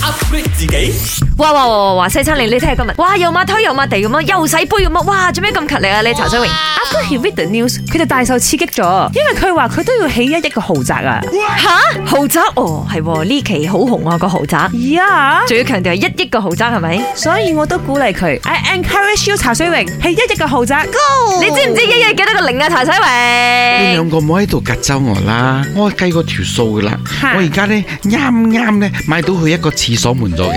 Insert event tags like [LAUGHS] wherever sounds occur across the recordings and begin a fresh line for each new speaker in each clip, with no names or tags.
upgrade 自己。
哇哇哇哇哇！西餐你你睇下今日，哇又抹頭又抹地咁樣，又洗杯咁樣，哇做咩咁勤力啊你茶水榮？
After he read the news，佢就大受刺激咗，因為佢話佢都要起一億個豪宅啊！
吓豪宅哦，係喎呢期好紅啊個豪宅，
呀
仲要強調係一億個豪宅係咪？
所以我都鼓勵佢，I encourage you 茶水榮起一億個豪宅，Go！
你知唔知一日幾多個零啊茶水
你
榮？
兩個唔好喺度隔周我啦，我計過條數噶啦，
嚇
我而家咧啱啱咧買到佢一個廁所滿咗嘅，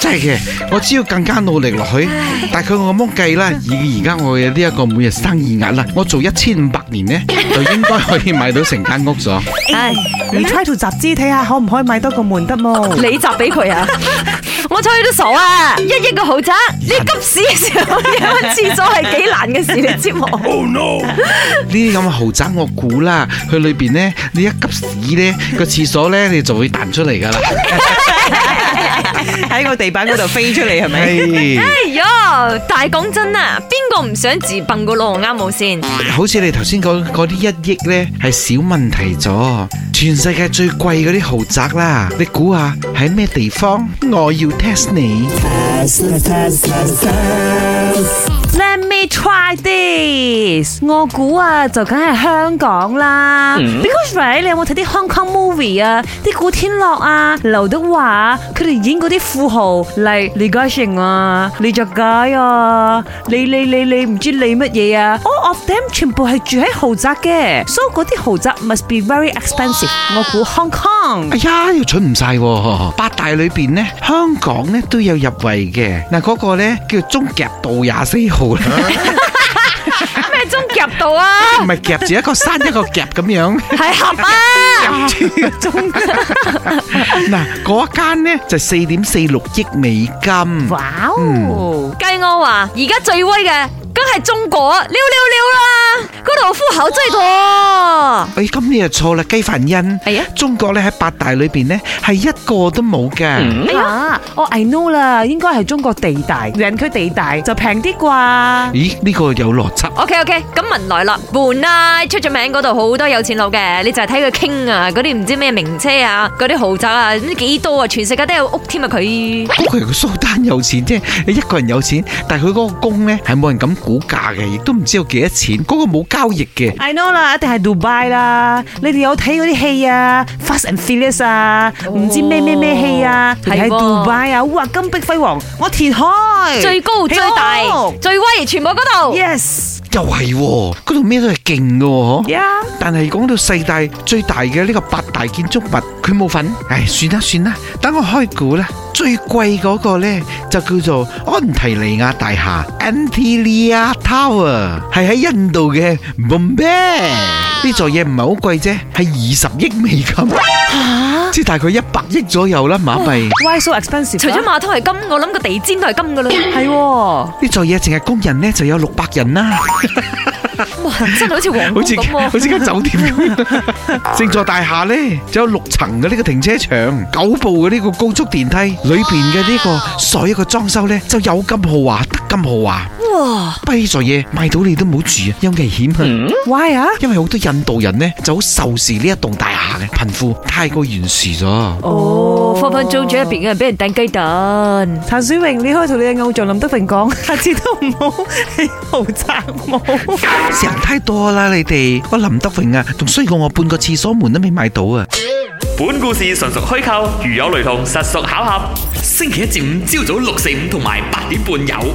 真係嘅，我只要更加努力落去，大概我咁樣計啦，以而家我嘅呢一個每日生意額啦，我做一千五百年咧，就應該可以買到成間屋咗。
唉，
你 try to 集資睇下可唔可以買多個門得
[LAUGHS]
冇？
你集俾佢啊！我睬佢都傻啊！一億個豪宅，你急屎嘅時候你去廁所係幾難嘅事，你知冇？
呢啲咁嘅豪宅我估啦，佢裏邊咧，你一急屎咧，個廁所咧，你就會彈出嚟噶啦。
喺個地板嗰度飛出嚟係 [LAUGHS] 咪？
係
哎呀，但係講真啊，邊個唔想自崩個腦啱冇先？
好似你頭先講嗰啲一億呢，係小問題咗。全世界最貴嗰啲豪宅啦，你估下喺咩地方？我要 test 你。
Let me try this。我估啊，就梗係香港啦。Because right，你有冇睇啲 Hong Kong movie 啊？啲古天樂啊、劉德華啊，佢哋演嗰啲富豪，例如李嘉誠啊、李澤楷啊、李李李李唔知李乜嘢啊，all of them 全部係住喺豪宅嘅，so 嗰啲豪宅 must be very expensive。我估 Hong Kong
哎呀，又蠢唔晒喎！八大裏邊呢，香港呢都有入圍嘅。嗱，嗰個呢叫中夾道廿四號啦，
[LAUGHS] 咩中夾到啊
唔？係夾住一個山一個夾咁樣。
係合 [LAUGHS] 啊！
[LAUGHS] 嗱，嗰間呢就四點四六億美金。
哇
嗯
哦！
計我話而家最威嘅，梗係中國，溜溜溜啦！嗰度富豪最多，
哎，咁你又錯啦，雞凡恩。
係啊
中國呢喺八大裏邊呢係一個都冇嘅。
嗯
啊，我 I know 啦，應該係中國地大，人區地大就平啲啩。
咦，呢、個有邏輯。
OK OK，咁文萊啦，伴啦，出咗名嗰度好多有錢佬嘅，你就係睇佢傾啊，嗰啲唔知咩名車啊，嗰啲豪宅啊，唔知幾多啊，全世界都有屋添啊佢。
嗰個係個蘇丹有錢啫，你一個人有錢，但係佢嗰個工咧係冇人敢估價嘅，亦都唔知道幾多錢，嗰、個冇交易嘅。
I know 啦，一定係 Dubai 啦。你哋有睇嗰啲戲啊，Fast and Furious 啊，唔知咩咩咩戲啊，
係喎
喺 Dubai 啊，哇，金碧輝煌，我填開
最高、最大
起屋、
最威，全部嗰度。
，yes
又係喎，嗰度咩都係勁嘅喎。嗬
yeah。
但係講到世大最大嘅呢個八大建築物，佢冇份。唉，算啦算啦，等我開估啦。最貴嗰個呢，就叫做安提利亞大廈 （Antilia Tower），係喺印度嘅 Bombay。呢座嘢唔係好貴啫，係二十億美金，即係大概一百億左右啦，馬幣。
Why so expensive？
除咗馬桶係金，我諗個地氈都係金噶啦。
係喎，
呢座嘢淨係工人呢就有六百人啦，
哇，真係好似皇
好
宮
似
哦咁
好
喎。
似間酒店咁。正座大廈呢就有六層嘅呢個停車場，九部嘅呢個高速電梯，裏邊嘅呢個所有嘅裝修呢就有咁豪華，得咁豪華。
哇，
不過呢座嘢賣到你都唔好住啊，有危險啊！
Why 啊？
因為好多印度人呢就好仇視呢一棟大廈嘅貧富太過懸殊咗。
哦，分分鐘住入邊嘅人俾人掟雞蛋。
譚水榮，你可以同你嘅偶像林德榮講，下次都唔好 [LAUGHS] 喺豪宅冇。
食人太多啦，你哋我林德榮啊，仲衰過我半個廁所門都未買到啊！
本故事純屬虛構，如有雷同，實屬巧合。星期一至五朝早六四五同埋八點半有。